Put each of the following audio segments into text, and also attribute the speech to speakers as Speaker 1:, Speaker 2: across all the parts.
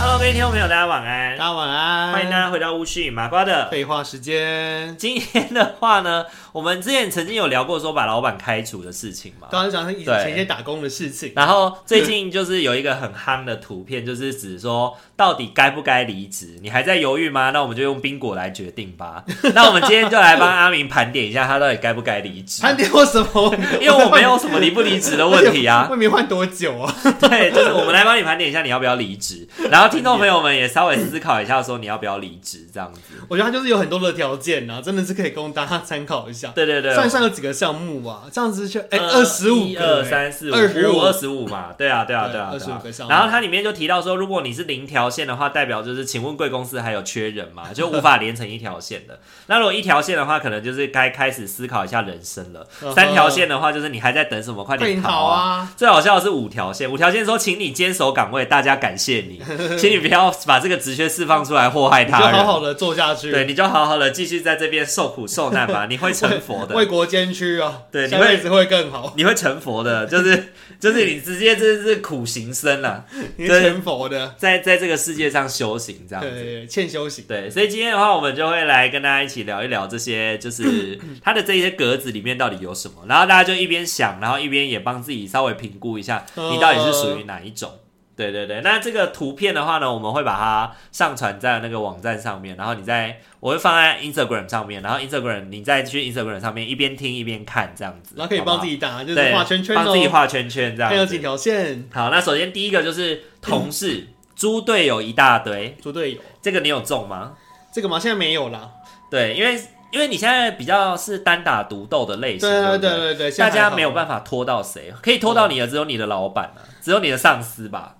Speaker 1: Hello，各位听众朋友，大家晚安
Speaker 2: 大，家晚安。
Speaker 1: 欢迎大家回到巫师与麻瓜的。
Speaker 2: 废话时间，
Speaker 1: 今天的话呢， 我们之前曾经有聊过说把老板开除的事情嘛，
Speaker 2: 刚刚讲以前
Speaker 1: 对
Speaker 2: 一些打工的事情，
Speaker 1: 然后最近就是有一个很夯的图片，就是指说到底该不该离职，你还在犹豫吗？那我们就用冰果来决定吧。 那我们今天就来帮阿明盘点一下，他到底该不该离 职，
Speaker 2: 餐点或什么？
Speaker 1: 因为我没有什么离不离职的问题啊。
Speaker 2: 未免换多久啊？
Speaker 1: 对，就是我们来帮你盘点一下你要不要离职，然后听众朋友们也稍微思考一下，说你要不要离职这样子。
Speaker 2: 我觉得它就是有很多的条件啊，真的是可以供大家参考一下。
Speaker 1: 对对对，
Speaker 2: 算一算有几个项目啊，这样子就哎
Speaker 1: 呃
Speaker 2: 二十五
Speaker 1: 一
Speaker 2: 个
Speaker 1: 二
Speaker 2: 欸，
Speaker 1: 三四五
Speaker 2: 25
Speaker 1: 五二十五嘛，对啊对啊
Speaker 2: 对
Speaker 1: 对啊，对
Speaker 2: 25
Speaker 1: 啊
Speaker 2: 个项目
Speaker 1: 然后它里面就提到说，如果你是零条线的话，代表就是请问贵公司还有缺人吗？就无法连成一条线的。那如果一条线的话，可能就是该开始思考一下人生了。
Speaker 2: 嗯哼
Speaker 1: 三条线的话，就是你还在等什么？快
Speaker 2: 快
Speaker 1: 点
Speaker 2: 点逃
Speaker 1: 逃啊！
Speaker 2: 啊！
Speaker 1: 最好笑的是五条线，五条线说，请你坚守岗位，大家感谢 你，请你不要把这个职缺释放出来祸害
Speaker 2: 啊你
Speaker 1: 他
Speaker 2: 就
Speaker 1: 人。
Speaker 2: 好好的做下去，
Speaker 1: 啊对，你就好好的继续在这边受苦受难 吧，你会成佛的。
Speaker 2: 为国捐躯啊，
Speaker 1: 对你
Speaker 2: 下
Speaker 1: 会
Speaker 2: 辈子会更好，
Speaker 1: 你会成佛的，就是就是你直接这是苦行僧了，
Speaker 2: 你
Speaker 1: 对
Speaker 2: 是成佛的，
Speaker 1: 在在这个世界上修行这样
Speaker 2: 对
Speaker 1: 子。
Speaker 2: 对对，欠修行。
Speaker 1: 对，所以今天的话，我们就会来跟大家一起聊一聊这些，就是 它的这些格子里面到底有什么，然后大家就一边想，然后一边也帮自己稍微评估一下，
Speaker 2: 呃
Speaker 1: 你到底是属于哪一种。对对对，那这个图片的话呢，我们会把它上传在那个网站上面，然后你在我会放在 Instagram 上面，然后 Instagram 你再去 Instagram 上面一边听一边看这样子，
Speaker 2: 然后可以
Speaker 1: 好不好
Speaker 2: 帮自己打，就
Speaker 1: 对
Speaker 2: 是画圈圈
Speaker 1: 帮自己
Speaker 2: 哦，
Speaker 1: 画圈圈这
Speaker 2: 看有
Speaker 1: 样
Speaker 2: 几
Speaker 1: 子。
Speaker 2: 条线，
Speaker 1: 好，那首先第一个就是同事、 猪队友一大堆，
Speaker 2: 猪队友
Speaker 1: 这个你有中吗？
Speaker 2: 这个嘛，现在没有啦。
Speaker 1: 对，因为因为你现在比较是单打独斗的类
Speaker 2: 对
Speaker 1: 型，
Speaker 2: 对
Speaker 1: 不
Speaker 2: 对对对，
Speaker 1: 大
Speaker 2: 现在还
Speaker 1: 家
Speaker 2: 好
Speaker 1: 没有办法拖到谁，可以拖到你的只有你的老板啊，只有你的上司吧，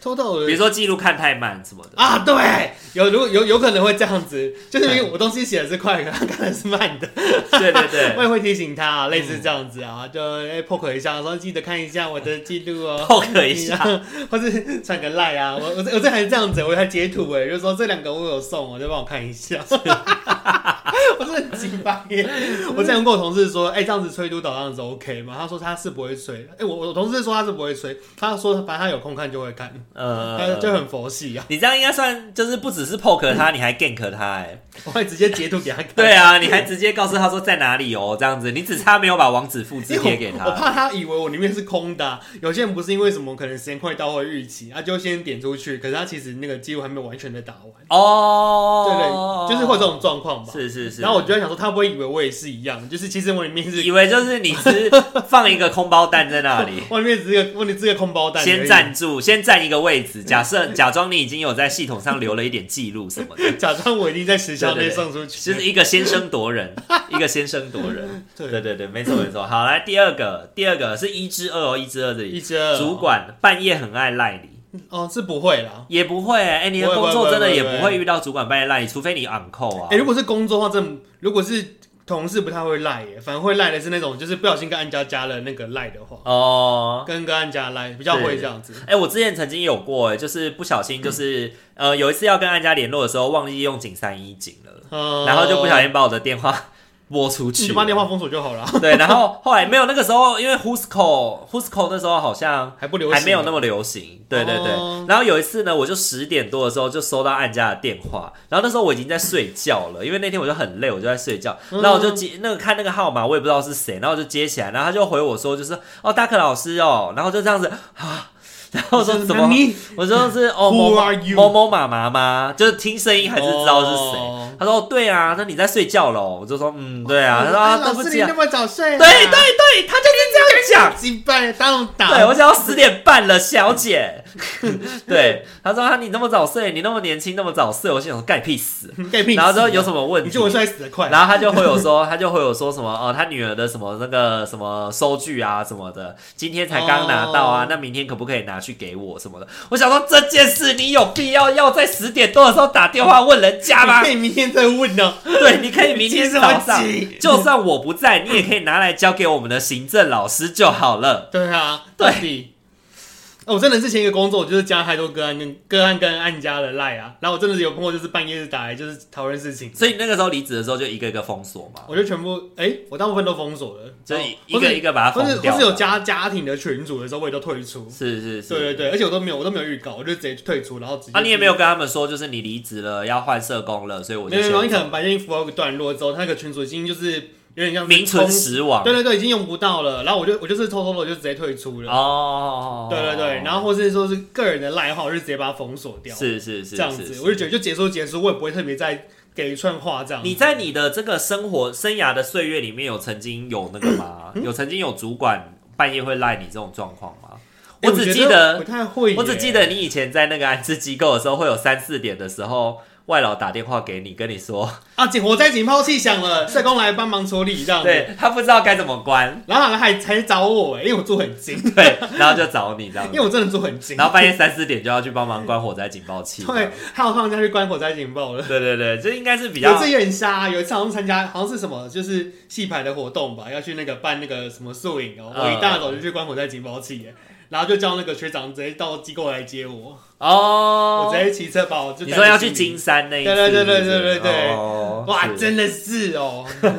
Speaker 2: 偷到我
Speaker 1: 比如
Speaker 2: 的
Speaker 1: 说记录看太慢什么的。
Speaker 2: 啊，对，有如果有有可能会这样子，就是因为我东西写的是快的，他看的是慢的，
Speaker 1: 对对 对
Speaker 2: 我也会提醒他、
Speaker 1: 嗯
Speaker 2: 啊，类似这样子啊，就哎 poke 一下，说记得看一下我的记录哦。
Speaker 1: ，poke 一下，，
Speaker 2: 或是传个赖啊，我我这我这还是这样子，我还截图哎，就说这两个我有送，我就帮我看一下。 我真的很鸡巴耶！我之前跟我同事说，哎、这样子吹督导这样子 OK 吗？他说他是不会吹，哎、我我同事说他是不会吹，他说反正他有空看就会看，他就
Speaker 1: 呃，
Speaker 2: 很佛系啊，
Speaker 1: 你这样应该算就是不只是 poke 他，你还 gank 他哎、
Speaker 2: 我会直接截图给他看。
Speaker 1: 对啊，你还直接告诉他说在哪里哦，这样子，你只差没有把网址复制
Speaker 2: 因
Speaker 1: 贴
Speaker 2: 为
Speaker 1: 给
Speaker 2: 我
Speaker 1: 他。
Speaker 2: 我怕他以为我里面是空的啊、有些人不是因为什么可能时间快到或预期，他就先点出去，可是他其实那个记录还没有完全的打完，
Speaker 1: 哦，
Speaker 2: 对不对？就是会有这种状况吧。
Speaker 1: 是是是。
Speaker 2: 然后我就在想说，他不会以为我也是一样，就是其实我里面是
Speaker 1: 以，为就是你只放一个空包蛋在那里，
Speaker 2: 我里面只是个，我里只是个空包蛋而已。
Speaker 1: 先占住，先占一个位置，假设假装你已经有在系统上留了一点记录什么 的，
Speaker 2: 假装我已经在时效
Speaker 1: 对
Speaker 2: 内
Speaker 1: 对对
Speaker 2: 送出去
Speaker 1: 就
Speaker 2: 了。
Speaker 1: 是一个先声夺人，一个先声夺人。
Speaker 2: 对
Speaker 1: 对对对，没错没错。好，来第二个，第二个是一至二哦，一至二这
Speaker 2: 一
Speaker 1: 里，
Speaker 2: 只二
Speaker 1: 主管半夜很爱赖你。
Speaker 2: 哦，是不会啦。
Speaker 1: 也不会、哎、你的
Speaker 2: 不会
Speaker 1: 工
Speaker 2: 不
Speaker 1: 作
Speaker 2: 会
Speaker 1: 真的
Speaker 2: 不会
Speaker 1: 也
Speaker 2: 不
Speaker 1: 不
Speaker 2: 会
Speaker 1: 会遇到主管半夜赖你，除非你 on call 啊
Speaker 2: 哎、。如果是工作的话，真的如果是同事不太会赖耶，反而会赖的是那种就是不小心跟安家加了那个赖的话，
Speaker 1: 哦，
Speaker 2: 跟跟安家赖比较会这样子。
Speaker 1: 哎、我之前曾经有过、哎，就是不小心，就是、呃，有一次要跟安家联络的时候，忘记用井三一井了，
Speaker 2: 呃
Speaker 1: 然后就不小心把我的电话 拨出
Speaker 2: 你
Speaker 1: 去
Speaker 2: 就把电话封锁就 好了，
Speaker 1: 对，然后后来没有，那个时候因为 Who'sco Who'sco 那时候好像
Speaker 2: 还不流啊行，
Speaker 1: 还没有那么流行，对对对。
Speaker 2: 哦
Speaker 1: 然后有一次呢，我就十点多的时候就收到按家的电话，然后那时候我已经在睡觉了，因为那天我就很累，我就在睡觉。
Speaker 2: 嗯
Speaker 1: 然后我就接那个看那个号码，我也不知道是谁，然后我就接起来，然后他就回我说就是哦大可老师哦，然后就这样子啊。 然后我说怎么？
Speaker 2: 你
Speaker 1: 我说是哦
Speaker 2: Who
Speaker 1: 某
Speaker 2: are
Speaker 1: 某
Speaker 2: you？哦
Speaker 1: 某某妈妈吗？就是听声音还是知道是谁。
Speaker 2: 谁？
Speaker 1: 他说哦对啊，那你在睡觉喽？我就说嗯，对啊。他说啊，对
Speaker 2: 哦哎老
Speaker 1: 不
Speaker 2: 师
Speaker 1: 起
Speaker 2: 你
Speaker 1: 啊
Speaker 2: 那。么早睡啊？
Speaker 1: 对对对，他就是这样讲。
Speaker 2: 击败打那么 打，
Speaker 1: 对，我想要十点半了，小姐。 对，他说啊，你那么早睡，你那么年轻，那么早睡，我心想说干你屁事。
Speaker 2: 盖屁。
Speaker 1: 然
Speaker 2: 啊
Speaker 1: 后之后有什么问
Speaker 2: 你
Speaker 1: 题
Speaker 2: 就？我帅死的快，
Speaker 1: 然后他就会有说， 他就会有说什么哦，他女儿的什么那个什么收据啊什么的，今天才刚拿到啊
Speaker 2: 哦
Speaker 1: 那明天可不可以拿去给我什么的？我想说这件事，你有必要要在十点多的时候打电话问人家吗
Speaker 2: 你可？以明天再问啊呢。
Speaker 1: 对， 你可以明天
Speaker 2: 急什么
Speaker 1: 早上
Speaker 2: 急，
Speaker 1: 就算我不在，你也可以拿来交给我们的行政老师就好了。
Speaker 2: 对啊，
Speaker 1: 对
Speaker 2: 对。哦，我真的之前一个工作，我就是加太多个案跟个案跟案家的赖啊，然后我真的有朋友就是半夜打来就是讨论事情，
Speaker 1: 所以那个时候离职的时候就一个一个封锁嘛，
Speaker 2: 我就全部哎、我大部分都封锁了，
Speaker 1: 就
Speaker 2: 然后
Speaker 1: 一一
Speaker 2: 哦或
Speaker 1: 个
Speaker 2: 是
Speaker 1: 一个把它
Speaker 2: 或是
Speaker 1: 封掉
Speaker 2: 或
Speaker 1: 嘛。
Speaker 2: 是有家家庭的群组的时候，我也都退出。
Speaker 1: 是是是，
Speaker 2: 对对对，而且我都没有，我都没有预告，我就直接退出，然后直接。
Speaker 1: 啊，你也没有跟他们说，就是你离职了，要换社工了，所以我就
Speaker 2: 没有没有，
Speaker 1: 先
Speaker 2: 你可
Speaker 1: 走
Speaker 2: 能白天服务个段落之后，他那个群组已经就是有点像是
Speaker 1: 名存
Speaker 2: 空
Speaker 1: 实亡。
Speaker 2: 对对对，已经用不到了。然后我就我就是偷偷的就直接退出了。
Speaker 1: 哦，
Speaker 2: 对对对，然后或是说是个人的赖号，我就直接把它封锁掉。
Speaker 1: 是是是
Speaker 2: 这样
Speaker 1: 是
Speaker 2: 子，
Speaker 1: 是
Speaker 2: 我就觉得就结束结束，我也不会特别再给一串话这样。哎
Speaker 1: 你在你的这个生活生涯的岁月里面，有曾经有那个 吗？有曾经有主管半夜会赖你这种状况吗？
Speaker 2: 哎我
Speaker 1: 只记
Speaker 2: 觉
Speaker 1: 得
Speaker 2: 不，太会耶，
Speaker 1: 我只记得你以前在那个安置机构的时候，会有三四点的时候，外劳打电话给你，跟你说，
Speaker 2: 啊，警火灾警报器响了，社工来帮忙处理这样子。
Speaker 1: 对他不知道该怎么 关，
Speaker 2: 然后还还找我哎，因为我住很近，
Speaker 1: 对，然后就找你这样
Speaker 2: 因
Speaker 1: 子
Speaker 2: 为，我真的住很近。
Speaker 1: 然后半夜三四点就要去帮忙关火灾警报器，
Speaker 2: 对，还有他们家去关火灾警报了。
Speaker 1: 对对对，这应该是比
Speaker 2: 有
Speaker 1: 较
Speaker 2: 一次有点瞎，啊有一次好像参加好像是什么，就是戏牌的活动吧，要去那个办那个什么宿营哦、
Speaker 1: 嗯
Speaker 2: 我一大早就去关火灾警报器耶，然后就叫那个学长直接到机构来接我，
Speaker 1: 哦
Speaker 2: 我直接骑车把我就
Speaker 1: 你说要去
Speaker 2: 金，
Speaker 1: 金山那一次，
Speaker 2: 对对对
Speaker 1: 是
Speaker 2: 对
Speaker 1: 不是
Speaker 2: 对对对
Speaker 1: 哦
Speaker 2: 哇，
Speaker 1: 是
Speaker 2: 真的是哦、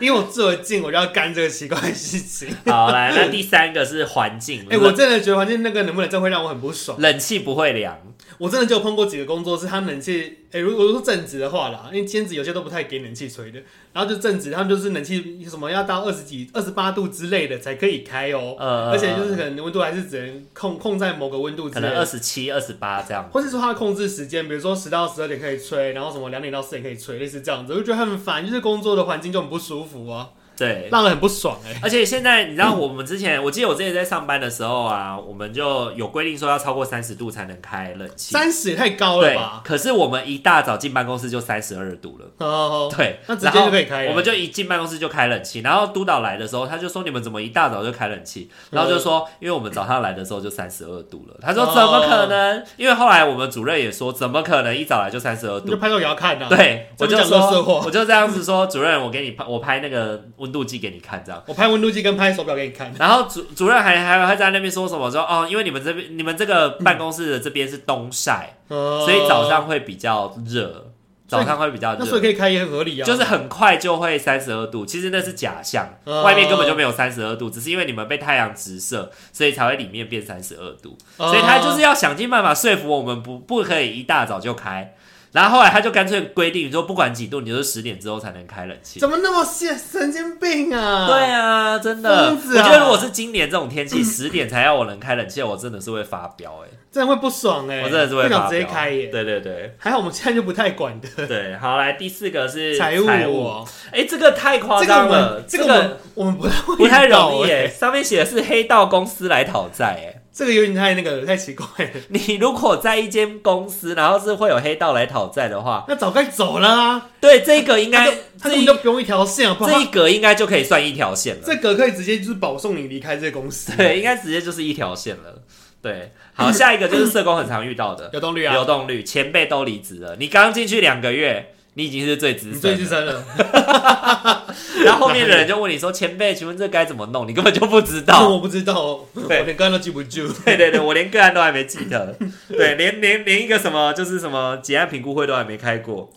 Speaker 2: 因为我住得近，我就要干这个奇怪的事情。
Speaker 1: 好来，那第三个是环境，
Speaker 2: 哎、我真的觉得环境那个能不能真会让我很不爽。
Speaker 1: 冷气不会凉，
Speaker 2: 我真的就有碰过几个工作是他们冷气，哎、如果说正职的话啦，因为兼职有些都不太给冷气吹的，然后就正职他们就是冷气什么要到二十几、二十八度之类的才可以开哦、
Speaker 1: 呃，
Speaker 2: 而且就是可能温度还是只能控控在某个温度之
Speaker 1: 可
Speaker 2: 内
Speaker 1: 能，二十七、二十八这样。
Speaker 2: 或是说它的控制时间，比如说十到十二点可以吹，然后什么两点到四点可以吹，类似这样子，我就觉得很烦，就是工作的环境就很不舒服啊，
Speaker 1: 对，
Speaker 2: 让人很不爽哎、
Speaker 1: 而且现在你知道，我们之前我记得我之前在上班的时候啊，我们就有规定说要超过三十度才能开冷气。
Speaker 2: 三十也太高了
Speaker 1: 对
Speaker 2: 吧？，
Speaker 1: 可是我们一大早进办公室就三十二度了。
Speaker 2: 哦，
Speaker 1: 对，
Speaker 2: 那直
Speaker 1: 然
Speaker 2: 接
Speaker 1: 后
Speaker 2: 就可以开了
Speaker 1: 我们就一进办公室就开冷气，然后督导来的时候，他就说：“你们怎么一大早就开冷气？”然后就说：“因为我们早上来的时候就三十二度了。”他说：“
Speaker 2: 哦
Speaker 1: 怎么可能？”因为后来我们主任也说：“怎么可能一早来就三十二
Speaker 2: 你
Speaker 1: 度
Speaker 2: 就拍照也要看呐、？”啊。
Speaker 1: 对，我
Speaker 2: 这么
Speaker 1: 就
Speaker 2: 讲垃圾
Speaker 1: 说，
Speaker 2: 话
Speaker 1: 我就这样子说，主任，我给你拍，我拍那个温度计给你看，这样。
Speaker 2: 我拍温度计跟拍手表给你看，
Speaker 1: 然后主主任还还还在那边说什么说哦，因为你们这边你们这个办公室的这边是东晒，
Speaker 2: 所
Speaker 1: 所以早上会比较热，
Speaker 2: 所
Speaker 1: 早
Speaker 2: 以
Speaker 1: 上会比较热。
Speaker 2: 哦那所以可以开也很合理啊，
Speaker 1: 就是很快就会三十二度，其实那是假象，
Speaker 2: 嗯
Speaker 1: 外面根本就没有三十二度，只是因为你们被太阳直射，所以才会里面变三十二度。
Speaker 2: 嗯
Speaker 1: 所以他就是要想尽办法说服我们不不可以一大早就开。然后后来他就干脆规定说，不管几度，你就是十点之后才能开冷气。
Speaker 2: 怎么那么神神经病啊？
Speaker 1: 对啊，真的，
Speaker 2: 疯
Speaker 1: 我
Speaker 2: 子啊
Speaker 1: 觉得如果是今年这种天气，十点才要我能开冷气，我真的是会发飙哎、
Speaker 2: 真的会不爽哎、
Speaker 1: 我真的是会
Speaker 2: 不
Speaker 1: 发飙。
Speaker 2: 想直接开耶、
Speaker 1: 对对对
Speaker 2: 还好我们现在就不太管的
Speaker 1: 对，好来第四个是
Speaker 2: 财务哦，
Speaker 1: 哎、这个太夸
Speaker 2: 这个
Speaker 1: 张
Speaker 2: 我
Speaker 1: 了
Speaker 2: 们，这个我们我们不太会
Speaker 1: 不太容易
Speaker 2: 遇到
Speaker 1: 耶、
Speaker 2: 哎
Speaker 1: 上面写的是黑道公司来讨债耶、
Speaker 2: 这个有点太那个了，太奇怪了。
Speaker 1: 你如果在一间公司，然后是会有黑道来讨债的 话，
Speaker 2: 那早该走了啊，
Speaker 1: 对这个应该
Speaker 2: 他
Speaker 1: 这
Speaker 2: 根本
Speaker 1: 一
Speaker 2: 就不用一条线好不
Speaker 1: 这
Speaker 2: 好？
Speaker 1: 一格应该就可以算一条线了。
Speaker 2: 这个可以直接就是保送你离开这个公司，
Speaker 1: 对，应该直接就是一条线了。对，好，下一个就是社工很常遇到 的
Speaker 2: 有动率啊
Speaker 1: 流，动率，前辈都离职了，你刚进去两个月，你已经是最资
Speaker 2: 你
Speaker 1: 深
Speaker 2: 最
Speaker 1: 了，
Speaker 2: 资深了，
Speaker 1: 然后后面的人就问你说：“前辈，请问这该怎么弄？”你根本就不知道。
Speaker 2: 我不知道哦，我
Speaker 1: 对
Speaker 2: 连刚都记不住。
Speaker 1: 对对对，我连个案都还没记得，对，连连连一个什么就是什么结案评估会都还没开过，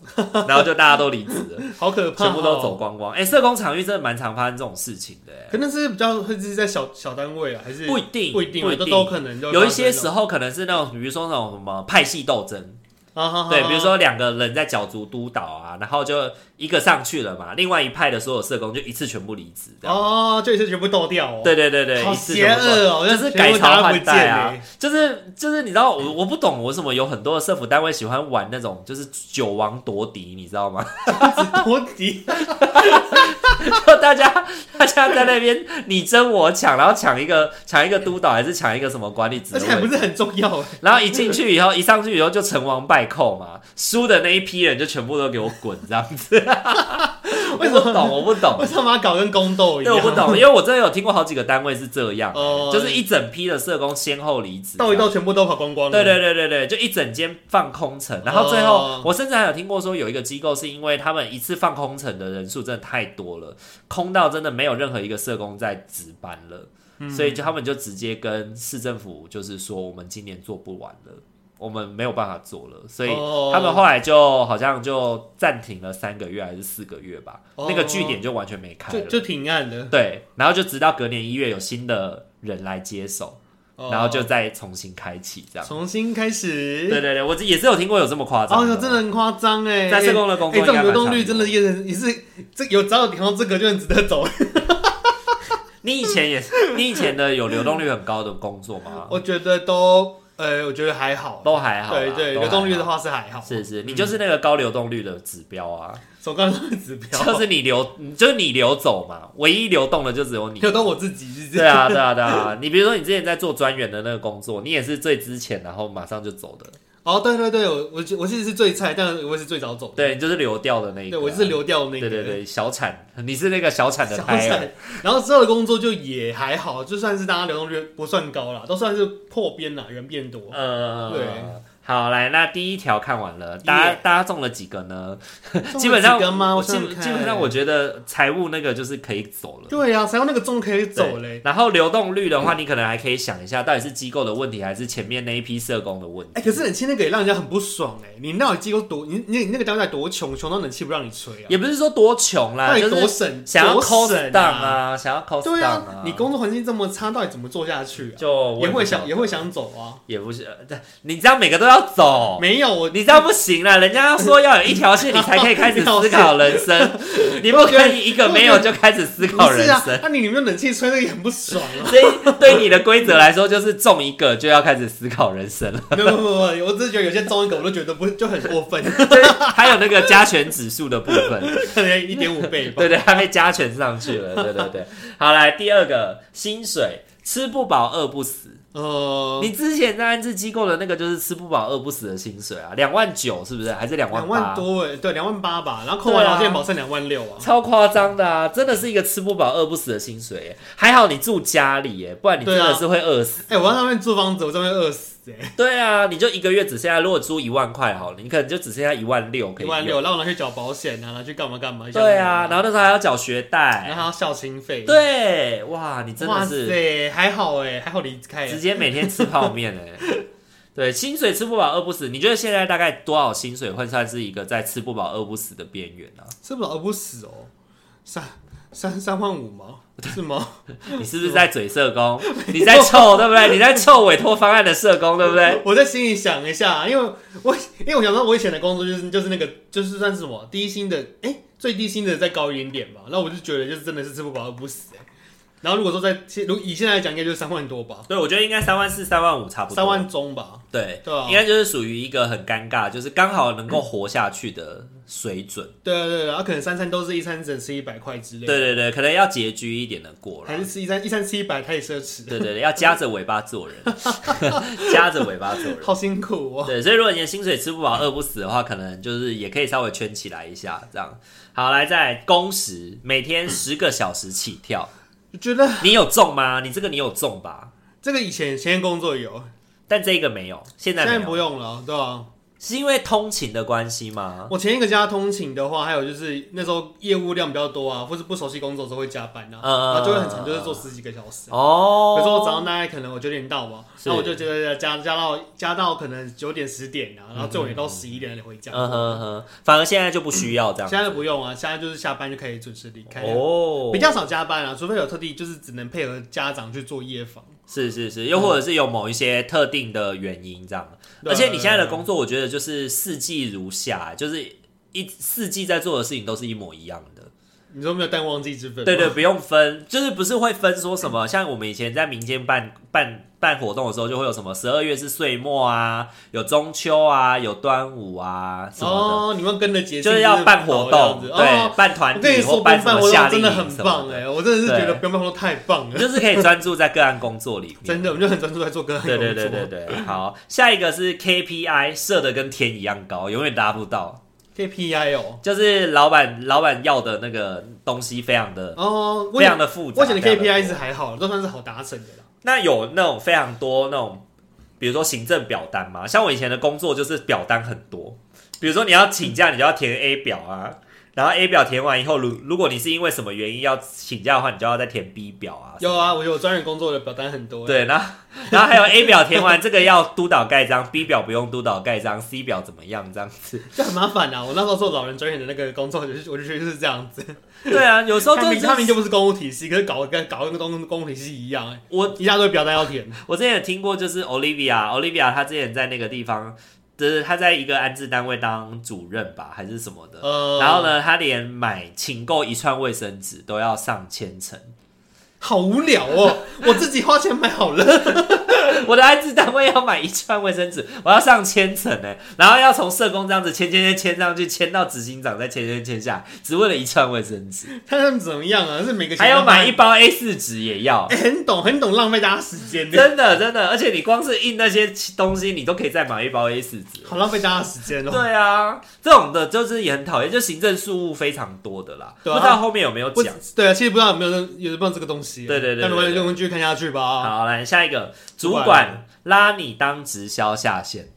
Speaker 1: 然后就大家都离职了，
Speaker 2: 好可怕、哦
Speaker 1: 全部都走。光光。哎、社工场域真的蛮常发生这种事情的、欸
Speaker 2: 可能是比较会是在小小单位啊，还是
Speaker 1: 不一定
Speaker 2: 不一定，
Speaker 1: 不一
Speaker 2: 都
Speaker 1: 定
Speaker 2: 都可能就
Speaker 1: 有一些时
Speaker 2: 候，
Speaker 1: 候可能是那种，比如说那种什么派系斗争，
Speaker 2: 啊哈哈
Speaker 1: 对，
Speaker 2: 哈
Speaker 1: 比如说两个人在角逐督导啊，然后就一个上去了嘛，另外一派的所有社工就一次全部离职。这样
Speaker 2: 哦，就一次全部斗掉哦。
Speaker 1: 对对对对，
Speaker 2: 好
Speaker 1: 一次
Speaker 2: 邪
Speaker 1: 全部
Speaker 2: 恶哦，
Speaker 1: 就是
Speaker 2: 全部
Speaker 1: 改朝
Speaker 2: 大家
Speaker 1: 换
Speaker 2: 不
Speaker 1: 代
Speaker 2: 见
Speaker 1: 啊
Speaker 2: 欸，
Speaker 1: 就是就是你知道我我不懂为什么有很多的社服单位喜欢玩那种就是九王夺嫡，你知道吗？
Speaker 2: 欸多敌，
Speaker 1: 就大家大家在那边你争我抢，然后抢一个抢一个督导还是抢一个什么管理职
Speaker 2: 而且还
Speaker 1: 位
Speaker 2: 不，是很重要欸。
Speaker 1: 然后一进去以后一上去以后就成王败寇嘛，输的那一批人就全部都给我滚这样子，
Speaker 2: 为什
Speaker 1: 我不
Speaker 2: 么
Speaker 1: 懂我不懂
Speaker 2: 为，什么要搞跟宫斗一
Speaker 1: 对
Speaker 2: 样？
Speaker 1: 我不懂，因为我真的有听过好几个单位是这样，
Speaker 2: 哦
Speaker 1: 就是一整批的社工先后离职，
Speaker 2: 斗一斗，全部都跑光光了。
Speaker 1: 对对对对对，就一整间放空城，然后最后、
Speaker 2: 哦
Speaker 1: 我甚至还有听过说有一个机构是因为他们一次放空城的人数真的太多了，空到真的没有任何一个社工在值班了，
Speaker 2: 嗯
Speaker 1: 所以就他们就直接跟市政府就是说我们今年做不完了，我们没有办法做了，所以
Speaker 2: 哦
Speaker 1: 他们后来就好像就暂停了三个月还是四个月吧，
Speaker 2: 哦
Speaker 1: 那个据点就完全没开
Speaker 2: 就
Speaker 1: 了，
Speaker 2: 就挺暗的，
Speaker 1: 对，然后就直到隔年一月有新的人来接手，
Speaker 2: 哦
Speaker 1: 然后就再重新开启这样。
Speaker 2: 重新开
Speaker 1: 对
Speaker 2: 始。
Speaker 1: 对对，我也是有听过有这么夸张
Speaker 2: 哦
Speaker 1: 的。
Speaker 2: 哟，真的很夸张哎！
Speaker 1: 在社工的工作
Speaker 2: 哎，这种
Speaker 1: 应该蛮
Speaker 2: 流动率
Speaker 1: 常
Speaker 2: 真的也是也是这有只要有提到这个就很值得走。
Speaker 1: 你以前 也是，你以前的有流动率很高的工作吗？
Speaker 2: 我觉得都呃，我觉得还好。
Speaker 1: 都还好啦。
Speaker 2: 对对，
Speaker 1: 都
Speaker 2: 流
Speaker 1: 还
Speaker 2: 动率的
Speaker 1: 好
Speaker 2: 话是还好，嗯
Speaker 1: 是是，你就是那个高流动率的指 标啊，
Speaker 2: 手刚刚的指标，
Speaker 1: 就是你流，就是你流走嘛，唯一流动的就只有 你。
Speaker 2: 流动我自己是这
Speaker 1: 对
Speaker 2: 样。
Speaker 1: 啊，对啊，对啊！你比如说，你之前在做专员的那个工作，你也是最之前，然后马上就走的，
Speaker 2: 哦，对对对，我我我其实是最菜，但我也是最早走的。
Speaker 1: 对，你就是流掉的那一个
Speaker 2: 对，
Speaker 1: 啊。
Speaker 2: 我就是流掉那个。
Speaker 1: 对对对，小产，你是那个小产的
Speaker 2: 小
Speaker 1: 胎儿。
Speaker 2: 菜，然后之后的工作就也还好，就算是大家流动率不算高啦，都算是破边啦，人变多。
Speaker 1: 呃，
Speaker 2: 对。
Speaker 1: 好，来，那第一条看完了，
Speaker 2: 一
Speaker 1: 大家
Speaker 2: 页
Speaker 1: 大家中了几个呢？
Speaker 2: 中 了
Speaker 1: 基本上
Speaker 2: 几根吗？我
Speaker 1: 基
Speaker 2: 想想看
Speaker 1: 基本上我觉得财务那个就是可以走了。
Speaker 2: 对呀、啊，才用那个钟可以走
Speaker 1: 对
Speaker 2: 嘞。
Speaker 1: 然后流动率的话，你可能还可以想一下，到底是机构的问题，还是前面那一批社工的问题？
Speaker 2: 哎、可是冷气那个也让人家很不爽哎、你到底机构多，你你你那个单位多穷，穷到冷气不让你吹啊，
Speaker 1: 也不是说多穷啦，
Speaker 2: 到
Speaker 1: 啊
Speaker 2: 底
Speaker 1: 就
Speaker 2: 多
Speaker 1: 是
Speaker 2: 省，
Speaker 1: 想要
Speaker 2: 多
Speaker 1: cost
Speaker 2: 省
Speaker 1: down 啊，想要 cost
Speaker 2: 对
Speaker 1: down
Speaker 2: 啊，你工作环境这么差，到底怎么做下去啊？
Speaker 1: 就我
Speaker 2: 也
Speaker 1: 不
Speaker 2: 会
Speaker 1: 晓
Speaker 2: 想，
Speaker 1: 得
Speaker 2: 也会，想走啊。
Speaker 1: 也不是，呃你这样每个都要走。
Speaker 2: 没有，我
Speaker 1: 哦你这样不行啦，人家要说要有一条线，你才可以开始思考人 生，你不可以一个没有就开始思
Speaker 2: 不
Speaker 1: 考人
Speaker 2: 是啊
Speaker 1: 生。，
Speaker 2: 那、你里面冷气吹的也很不爽啊。
Speaker 1: 所以对你的规则来说，就是中一个就要开始思考人 生了。
Speaker 2: 没有没有没有，我只是觉得有些中一个我都觉得不就很过分，
Speaker 1: 就是还有那个加权指数的部分，
Speaker 2: 可能一点五倍 吧。
Speaker 1: 对对，它被加权上去了。对对 对，好来第二个薪水，吃不饱饿不死。
Speaker 2: 呃，
Speaker 1: 你之前在安置机构的那个就是吃不饱饿不死的薪水啊，两万九是不是？还是两
Speaker 2: 两
Speaker 1: 八
Speaker 2: 万？多哎，对，两万八吧，然后扣完
Speaker 1: 对啊
Speaker 2: 劳健保剩两万六啊。
Speaker 1: 超夸张的啊！真的是一个吃不饱饿不死的薪水耶，还好你住家里耶，不然你真
Speaker 2: 对
Speaker 1: 的
Speaker 2: 啊
Speaker 1: 是会饿 死。
Speaker 2: 哎、我在那边租房子，我在那边饿死哎、
Speaker 1: 对啊，你就一个月只剩下，如果租一万块好了，你可能就只剩下一万六可
Speaker 2: 一
Speaker 1: 以
Speaker 2: 万
Speaker 1: 用。
Speaker 2: 六，然后我拿去缴保险啊，拿去干嘛干嘛。
Speaker 1: 对啊，然
Speaker 2: 然后
Speaker 1: 后那时候还要缴学
Speaker 2: 然
Speaker 1: 贷。
Speaker 2: 后还要校清费。，
Speaker 1: 对，啊哇，你真
Speaker 2: 哇
Speaker 1: 的是
Speaker 2: 塞，还好哎、还好离开、
Speaker 1: 直
Speaker 2: 欸。
Speaker 1: 接每天吃泡面哎、 对，薪水吃不饱饿不死，你觉得现在大概多少薪水会算是一个在吃不饱饿不死的边缘啊呢？
Speaker 2: 吃不饱饿不死哦，三三三万五吗？是吗？
Speaker 1: 你是不是在嘴社工？你在臭对不对？你在臭委托方案的社工对不对？
Speaker 2: 我在心里想一下，因为我因为我想到我以前的工作就是就是那个就是算是什么低薪的，哎、最低薪的再高一点点嘛。那我就觉得就是真的是吃不饱饿不死、欸。然后如果说在现如以现在来讲，应该就是三万多吧，
Speaker 1: 对，我觉得应该三万四、三万五差不多。
Speaker 2: 三万中吧。
Speaker 1: 对，
Speaker 2: 对啊
Speaker 1: 应该就是属于一个很尴尬，就是刚好能够活下去的水准。
Speaker 2: 对啊对对，然后可能三餐都是一餐只能吃一百块之类
Speaker 1: 对
Speaker 2: 的，
Speaker 1: 对对，可能要拮据一点的过了
Speaker 2: 还。是吃一餐一餐吃一百太奢侈，
Speaker 1: 对对对，要夹着尾巴做人， 夹着尾巴做人。
Speaker 2: 好辛苦哦。
Speaker 1: 对，所以如果你的薪水吃不饱、饿不死的话，可能就是也可以稍微圈起来一下，这样。好，来再来工时，每天十个小时起跳，
Speaker 2: 我觉得
Speaker 1: 你有中吗？你这个你有中吧？
Speaker 2: 这个以前前工作有，
Speaker 1: 但这个没有，现在
Speaker 2: 现
Speaker 1: 没
Speaker 2: 在
Speaker 1: 有，
Speaker 2: 不用了，对吧、啊？
Speaker 1: 是因为通勤的关系吗？
Speaker 2: 我前一个家通勤的话，还有就是那时候业务量比较多啊，或是不熟悉工作的时候会加班啊，
Speaker 1: 嗯
Speaker 2: 然后就会很长，就是做十几个小时。
Speaker 1: 哦，
Speaker 2: 比如说我早上大概可能我九点到嘛，
Speaker 1: 是
Speaker 2: 然后我就觉得加加到加到可能九点十点啊，然后最晚也到十一点才回家。
Speaker 1: 嗯哼哼，反而现在就不需要这样
Speaker 2: 现在不用啊，现在就是下班就可以准时离开，
Speaker 1: 哦
Speaker 2: 比，较少加班啊，除非有特地就是只能配合家长去做夜访。
Speaker 1: 是是是，又或者是有某一些特定的原因这样。
Speaker 2: 对啊
Speaker 1: 而且你现在的工作，我觉得就是四季如夏，就是一四季在做的事情都是一模一样的。
Speaker 2: 你说没有淡旺季之分？
Speaker 1: 对对，，不用分，就是不是会分说什么？像我们以前在民间办办办活动的时候，就会有什么十二月是岁末啊，有中秋啊，有端午啊什么
Speaker 2: 哦，你们跟着节
Speaker 1: 的，
Speaker 2: 庆
Speaker 1: 就是要办活动，
Speaker 2: 跑这
Speaker 1: 对，
Speaker 2: 样子哦，
Speaker 1: 办团
Speaker 2: 我跟你
Speaker 1: 体
Speaker 2: 说，
Speaker 1: 或
Speaker 2: 不用
Speaker 1: 什
Speaker 2: 办
Speaker 1: 么
Speaker 2: 活
Speaker 1: 夏
Speaker 2: 动
Speaker 1: 令
Speaker 2: 真
Speaker 1: 营
Speaker 2: 的
Speaker 1: 什么
Speaker 2: 很棒
Speaker 1: 的
Speaker 2: 哎，我真的是觉
Speaker 1: 对
Speaker 2: 得不用办活动太棒
Speaker 1: 你
Speaker 2: 了，
Speaker 1: 就是可以专注在个案工作里面。
Speaker 2: 真的，我们就很专注在做个案
Speaker 1: 对
Speaker 2: 工
Speaker 1: 对
Speaker 2: 作。
Speaker 1: 对对对，好，下一个是 KPI 设的跟天一样高，永远达不到，
Speaker 2: KPI 哦，
Speaker 1: 就是老板老板要的那个东西非常的
Speaker 2: 哦，我
Speaker 1: 非
Speaker 2: 以
Speaker 1: 常的复杂。
Speaker 2: 我以前的
Speaker 1: 非常
Speaker 2: KPI
Speaker 1: 多
Speaker 2: 是还好，都算是好达成的啦。
Speaker 1: 那有那种非常多那种，比如说行政表单嘛，像我以前的工作就是表单很多，比如说你要请假，你就要填 A 表啊，然后 A 表填完以后，如如果你是因为什么原因要请假的话，你就要再填 B 表啊。
Speaker 2: 有啊，我有专人工作的表单很多。，欸
Speaker 1: 对，然后然后还有 A 表填完，这个要督导盖章，B 表不用督导盖章，C 表怎么样这样子？
Speaker 2: 就很麻烦啊。我那时候做老人专员的那个工作，就是我就觉得是这样子。
Speaker 1: 对啊，有时候
Speaker 2: 他
Speaker 1: 真
Speaker 2: 明他
Speaker 1: 的
Speaker 2: 明
Speaker 1: 是
Speaker 2: 就不是公务体系，可是搞得跟搞得跟公公务体系一样、欸，
Speaker 1: 我
Speaker 2: 一大堆表单要填。
Speaker 1: 我之前也听过，就是 Olivia，Olivia 她之前在那个地方，就是她在一个安置单位当主任吧，还是什么的。
Speaker 2: 呃，
Speaker 1: 然后？呢，她连买请购一串卫生纸都要上千层。
Speaker 2: 好无聊哦，我自己花钱买好了。
Speaker 1: 我的安置单位要买一串卫生纸，我要上千层呢，然后要从社工这样子签签签签上去，签到执行长，再签签签下来，只为了一串卫生纸，
Speaker 2: 看他们怎么样啊？是每个
Speaker 1: 还要买一
Speaker 2: 包、
Speaker 1: 包 A 四纸也要。
Speaker 2: 欸很懂很懂浪费大家时间的，
Speaker 1: 真的真的，而且你光是印那些东西，你都可以再买一包 A 四纸。
Speaker 2: 好浪费大家时间哦。
Speaker 1: 对啊，这种的就是也很讨厌，就行政事务非常多的啦，
Speaker 2: 对啊
Speaker 1: 不知道后面有没有
Speaker 2: 不
Speaker 1: 讲。，
Speaker 2: 对啊，其实不知道有没有人有没有这个东西。
Speaker 1: 对对对对
Speaker 2: 但如果有，就继续看下去吧。
Speaker 1: 好，来下一个，主
Speaker 2: 主管
Speaker 1: 管拉你当直销下线。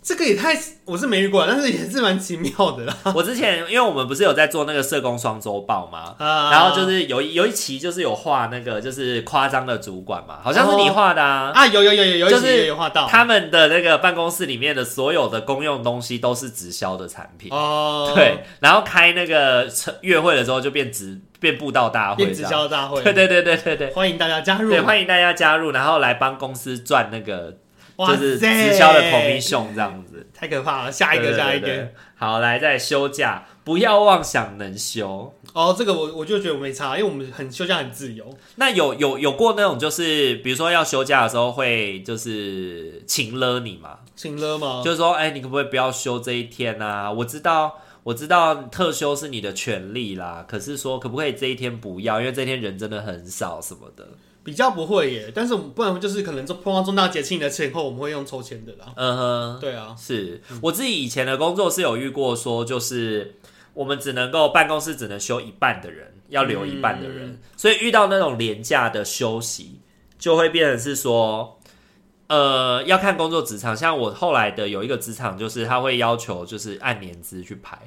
Speaker 2: 这个也太，我是没遇过，但是也是蛮奇妙的啦。
Speaker 1: 我之前因为我们不是有在做那个社工双周报 吗？
Speaker 2: 啊
Speaker 1: 然后就是有一有一期就是有画那个就是夸张的主管嘛，好像是你画的啊。
Speaker 2: 啊，有有有有有，
Speaker 1: 就是
Speaker 2: 有有画到
Speaker 1: 他们的那个办公室里面的所有的公用东西都是直销的产品，
Speaker 2: 哦，
Speaker 1: 对，。然后开那个月会的时候就变直变布道大会
Speaker 2: 变
Speaker 1: 这
Speaker 2: 直
Speaker 1: 样，
Speaker 2: 销大会，
Speaker 1: 对对对对对对。
Speaker 2: 欢迎大家加入，
Speaker 1: 对，欢迎大家加入，然后来帮公司赚那个
Speaker 2: 哇
Speaker 1: 就是
Speaker 2: 塞
Speaker 1: 直销的 commission 这样子。
Speaker 2: 太可怕了，下一
Speaker 1: 对
Speaker 2: 个
Speaker 1: 对
Speaker 2: 下一
Speaker 1: 对
Speaker 2: 个，
Speaker 1: 对好，来再休假，不要妄想能休。
Speaker 2: 哦，这个我我就觉得我没差，因为我们很休假很自由，
Speaker 1: 那有有有过那种就是，比如说要休假的时候会就是请了你嘛，
Speaker 2: 请了吗？
Speaker 1: 就是说，哎、你可不可以不要休这一天啊？我知道。我知道特休是你的权利啦，可是说可不可以这一天不要，因为这一天人真的很少什么的。
Speaker 2: 比较不会耶，但是我们不然就是可能就碰到重大节庆的前后，我们会用抽签的啦。
Speaker 1: 嗯哼，
Speaker 2: 对啊，
Speaker 1: 是我自己以前的工作是有遇过，说就是我们只能够办公室只能休一半的人，要留一半的人，所以遇到那种廉价的休息，就会变成是说，呃，要看工作职场。像我后来的有一个职场，就是他会要求就是按年资去排，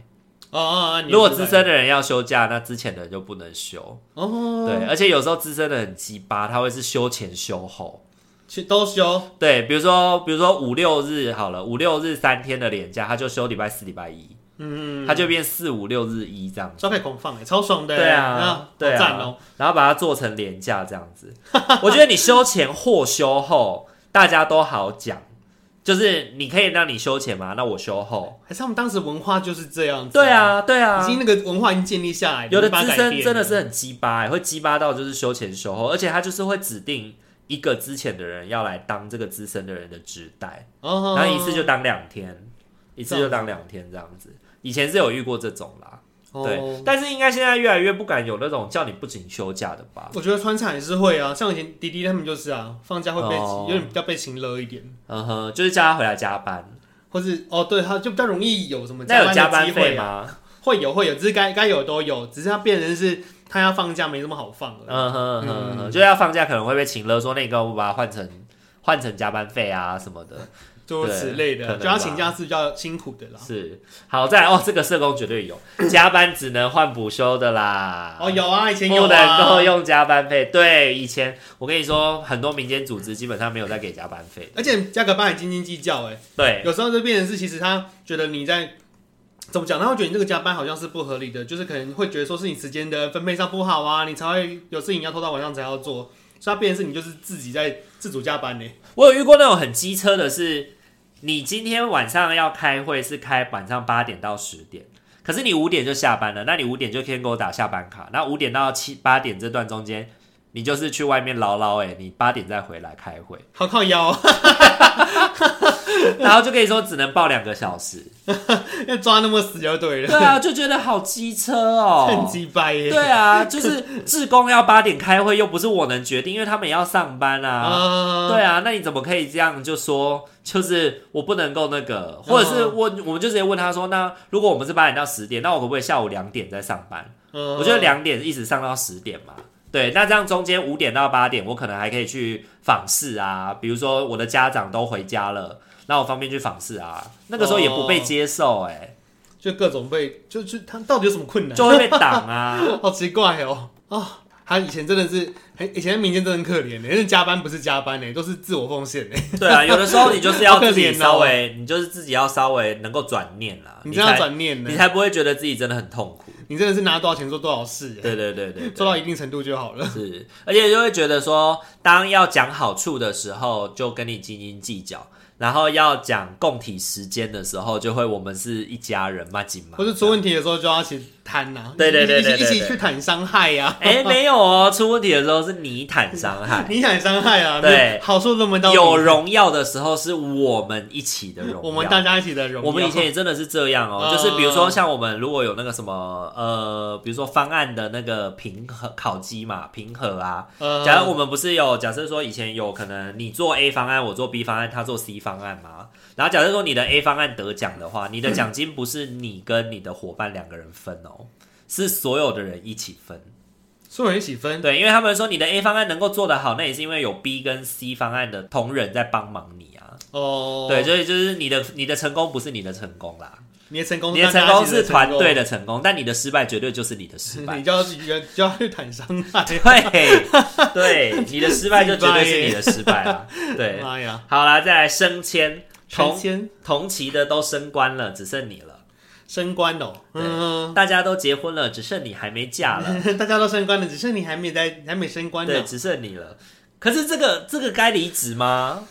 Speaker 2: 哦哦，哦你
Speaker 1: 如果
Speaker 2: 是
Speaker 1: 资深的人要休假，那之前的人就不能休。
Speaker 2: 哦，
Speaker 1: 对，而且有时候资深的很鸡巴，他会是休前休后。
Speaker 2: 去都休，
Speaker 1: 对，比如说，比如说五六日好了，五六日三天的连假，他就休礼拜四、礼拜一，
Speaker 2: 嗯，
Speaker 1: 他就变四五六日一这样，
Speaker 2: 招牌狂
Speaker 1: 欸
Speaker 2: 放哎，超爽的耶，
Speaker 1: 对啊
Speaker 2: 好，
Speaker 1: 对
Speaker 2: 赞
Speaker 1: 啊
Speaker 2: 哦，，
Speaker 1: 然后把它做成连假这样子。我觉得你休前或休后，大家都好讲，就是你可以让你休前嘛，那我休后。
Speaker 2: 还是他们当时文化就是这样子，
Speaker 1: 对，啊，对啊
Speaker 2: 已，经那个文化已经建立下来，
Speaker 1: 有的
Speaker 2: 没办
Speaker 1: 资
Speaker 2: 法改
Speaker 1: 深
Speaker 2: 变
Speaker 1: 真的是很鸡巴、欸，会鸡巴到就是休前休后，而且他就是会指定一个之前的人要来当这个资深的人的职代。
Speaker 2: 哦，
Speaker 1: 然后一次就当两天，一次就当两天这样子。以前是有遇过这种啦，
Speaker 2: 哦
Speaker 1: 对，但是应该现在越来越不敢有那种叫你不请休假的吧？
Speaker 2: 我觉得川菜也是会啊，像以前迪迪他们就是啊，放假会被、
Speaker 1: 哦
Speaker 2: 有点比较被情勒一点，
Speaker 1: 嗯哼，就是叫他回来加班，
Speaker 2: 或是哦，对，他就比较容易有什么
Speaker 1: 那有加
Speaker 2: 班
Speaker 1: 班
Speaker 2: 的机
Speaker 1: 费
Speaker 2: 会啊？
Speaker 1: 吗？
Speaker 2: 会有会有，只是该该有的都有，只是他变成是他要放假没这么好放了。
Speaker 1: 嗯哼嗯哼嗯哼，就是要放假可能会被请了，说那个我把它换成换成加班费啊什么的，
Speaker 2: 诸如此类
Speaker 1: 对可能
Speaker 2: 的，
Speaker 1: 吧
Speaker 2: 就要请假是比较辛苦的啦。
Speaker 1: 是好再来哦，这个社工绝对 有加班只能换补休的啦。
Speaker 2: 哦，有啊，以前有
Speaker 1: 不能够
Speaker 2: 啊，
Speaker 1: 用加班费，对，以前我跟你说，很多民间组织基本上没有在给加班费，
Speaker 2: 而且加个班也斤斤计较哎、
Speaker 1: 对，
Speaker 2: 有时候就变成是其实他觉得你在怎么讲，他会觉得你这个加班好像是不合理的，就是可能会觉得说是你时间的分配上不好啊，你才会有事情要拖到晚上才要做，所以他变成是你就是自己在自主加班呢、
Speaker 1: 我有遇过那种很机车的是，你今天晚上要开会是开晚上八点到十点，可是你五点就下班了，那你五点就先给我打下班卡。那五点到七八点这段中间，你就是去外面唠唠，哎，你八点再回来开会，
Speaker 2: 好靠腰、哦，
Speaker 1: 然后就跟你说只能报两个小时。
Speaker 2: 要抓那么死就对
Speaker 1: 对
Speaker 2: 了，
Speaker 1: 啊，就觉得好机车哦，
Speaker 2: 趁机掰欸耶。
Speaker 1: 对啊，就是志工要八点开会，又不是我能决定，因为他们也要上班啊。
Speaker 2: 啊，
Speaker 1: 对啊，那你怎么可以这样就说，就是我不能够那个，或者是
Speaker 2: 嗯
Speaker 1: 问，我们就直接问他说，那如果我们是八点到十点，那我可不可以下午两点再上班？
Speaker 2: 嗯
Speaker 1: 我觉得两点一直上到十点嘛。对，那这样中间五点到八点，我可能还可以去访视啊，比如说我的家长都回家了，那我方便去访视啊。那个时候也不被
Speaker 2: 哦
Speaker 1: 接受、 欸，
Speaker 2: 就各种被，就就他到底有什么困难？
Speaker 1: 就会被挡啊。
Speaker 2: 好奇怪哦，啊，他以前真的是很，以前民间真的很可怜的，欸那加班不是加班欸呢，都是自我奉献欸呢。
Speaker 1: 对啊，有的时候你就是要自
Speaker 2: 好
Speaker 1: 己
Speaker 2: 可怜哦
Speaker 1: 稍微，你就是自己要稍微能够转念啦，啊
Speaker 2: 你
Speaker 1: 你
Speaker 2: 真的要
Speaker 1: 才
Speaker 2: 转念呢
Speaker 1: 你，才不会觉得自己真的很痛苦。
Speaker 2: 你真的是拿多少钱做多少事耶，
Speaker 1: 对对对对对，
Speaker 2: 做到一定程度就好了。
Speaker 1: 是，而且就会觉得说，当要讲好处的时候，就跟你斤斤计较；然后要讲共体时间的时候，就会我们是一家人嘛，紧嘛。
Speaker 2: 或是出问题的时候就要一起谈呐、
Speaker 1: 对对对
Speaker 2: 一起
Speaker 1: 对对对
Speaker 2: 一起去谈伤害啊呀、，
Speaker 1: 哎、没有哦，出问题的时候是你坦伤害
Speaker 2: 你想伤害啊，
Speaker 1: 对
Speaker 2: 好处轮不嗯到你
Speaker 1: 有荣耀的时候是我们一起的荣耀。
Speaker 2: 我们大家一起的荣耀。
Speaker 1: 我们以前也真的是这样 哦、
Speaker 2: 嗯
Speaker 1: 就是比如说像我们如果有那个什么呃，比如说方案的那个平和烤鸡嘛，平和啊。
Speaker 2: 呃，
Speaker 1: 假如我们不是有假设说以前有可能你做 A 方案，我做 B 方案，他做 C 方案嘛。然后假设说你的 A 方案得奖的话，你的奖金不是你跟你的伙伴两个人分哦、是所有的人一起分。
Speaker 2: 所有人一起分，
Speaker 1: 对，因为他们说你的 A 方案能够做得好，那也是因为有 B 跟 C 方案的同仁在帮忙你啊。
Speaker 2: 哦，
Speaker 1: 对，，所以就是你的你的成功不是你的成功啦。
Speaker 2: 你的成功，
Speaker 1: 你的成功是团队
Speaker 2: 的
Speaker 1: 的成功，但你的失败绝对就是你的失
Speaker 2: 成
Speaker 1: 败
Speaker 2: 功，。你就要去就要去谈伤害。
Speaker 1: 对对，你的失败就绝对是你的失败 啦。对，
Speaker 2: 妈呀，
Speaker 1: 好啦，再来升迁，
Speaker 2: 升
Speaker 1: 同
Speaker 2: 迁
Speaker 1: 同期的都升官了，只剩你了。
Speaker 2: 升官哦，
Speaker 1: 对
Speaker 2: 嗯，
Speaker 1: 大家都结婚了，只剩你还没嫁了。
Speaker 2: 大家都升官了，只是你还没在，还没升官
Speaker 1: 对，
Speaker 2: 呢。
Speaker 1: 只剩你了。可是这个这个该离职吗？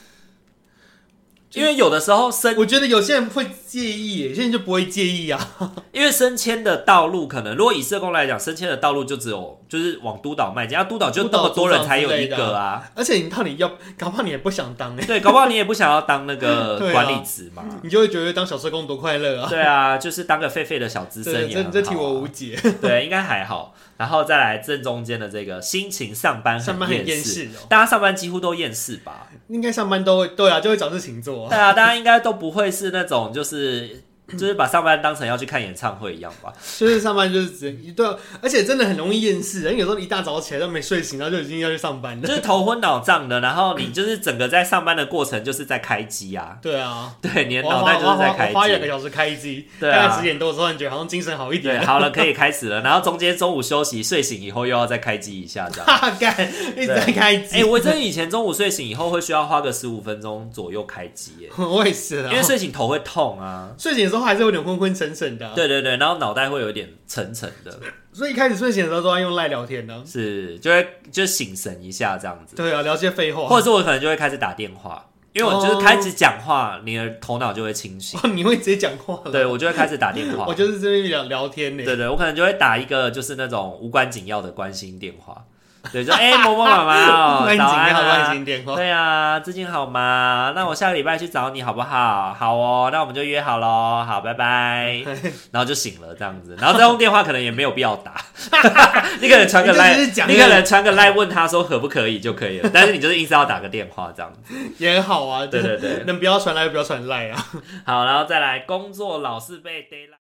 Speaker 1: 因为有的时候升，
Speaker 2: 我觉得有些人会介意耶，有些人就不会介意啊。
Speaker 1: 因为升迁的道路可能，如果以社工来讲，升迁的道路就只有就是往督导迈进，啊，督导就那么多人才有一
Speaker 2: 督导组
Speaker 1: 个
Speaker 2: 长
Speaker 1: 啊。
Speaker 2: 而且你到底要，搞不好你也不想当哎，
Speaker 1: 对，搞不好你也不想要当那个
Speaker 2: 对啊
Speaker 1: 管理职嘛。
Speaker 2: 你就会觉得当小社工多快乐啊。
Speaker 1: 对啊，就是当个狒狒的小资
Speaker 2: 对，
Speaker 1: 深也
Speaker 2: 这
Speaker 1: 很好、啊。
Speaker 2: 这题我无解，
Speaker 1: 对，应该还好。然后再来正中间的这个心情，上班
Speaker 2: 上班很
Speaker 1: 厌
Speaker 2: 厌世哦
Speaker 1: 大家上班几乎都厌世吧？
Speaker 2: 应该上班都会对啊，就会找事情做啊。
Speaker 1: 对啊，大家应该都不会是那种就是 就是把上班当成要去看演唱会一样 吧？
Speaker 2: 就是上班就是只一段，而且真的很容易厌世。啊人有时候一大早起来都没睡醒，然后就已经要去上班
Speaker 1: 就
Speaker 2: 了。
Speaker 1: 是头昏脑胀的，然后你就是整个在上班的过程就是在开机啊，
Speaker 2: 对啊，
Speaker 1: 对，你的
Speaker 2: 我
Speaker 1: 脑袋就是在
Speaker 2: 我花
Speaker 1: 开
Speaker 2: 我花两个
Speaker 1: 机。
Speaker 2: 小时开机，
Speaker 1: 对
Speaker 2: 大
Speaker 1: 啊
Speaker 2: 概十点多的时候，你觉得好像精神好一
Speaker 1: 对，
Speaker 2: 点。
Speaker 1: 好了，可以开始了。然后中间中午休息，睡醒以后又要再开机一下，这样。
Speaker 2: 哈干， 一直在开
Speaker 1: 哎、
Speaker 2: 机。
Speaker 1: 我真的以前中午睡醒以后会需要花个十五分钟左右开机耶，
Speaker 2: 我也是啊，
Speaker 1: 因为睡醒头会痛啊。
Speaker 2: 睡醒的时候还是有点昏昏沉沉的啊。
Speaker 1: 对对对，然后脑袋会有点沉沉的，
Speaker 2: 所以一开始睡醒的时候都要用赖聊天呢。
Speaker 1: 是就会就醒神一下这样子，
Speaker 2: 对啊，聊些废
Speaker 1: 或
Speaker 2: 话。
Speaker 1: 者是我可能就会开始打电话，因为我就是开始讲话，你的头脑就会清醒。
Speaker 2: 哦，你会直接讲话了。
Speaker 1: 对，我就会开始打电话
Speaker 2: 我。就是这边聊聊天呢。
Speaker 1: 对对，我可能就会打一个就是那种无关紧要的关心电话，对， 就哎、某某妈妈哦，
Speaker 2: 关
Speaker 1: 早
Speaker 2: 紧
Speaker 1: 安
Speaker 2: 要
Speaker 1: 啊
Speaker 2: 乱，心电话。
Speaker 1: 对啊，最近好吗？那我下个礼拜去找你好不好？好哦，那我们就约好喽。好，拜 拜。然后就醒了这样子，然后再用电话可能也没有必要 打，你可能传个
Speaker 2: 你就只
Speaker 1: 赖，
Speaker 2: 是讲
Speaker 1: 你可能传个赖问他说可不可以就可以了，但是你就是硬是要打个电话这样 子。
Speaker 2: 也好啊，
Speaker 1: 对对对
Speaker 2: 能不要传赖就不要传赖啊。
Speaker 1: 好，然后再来工作老是被 d a y l i g h t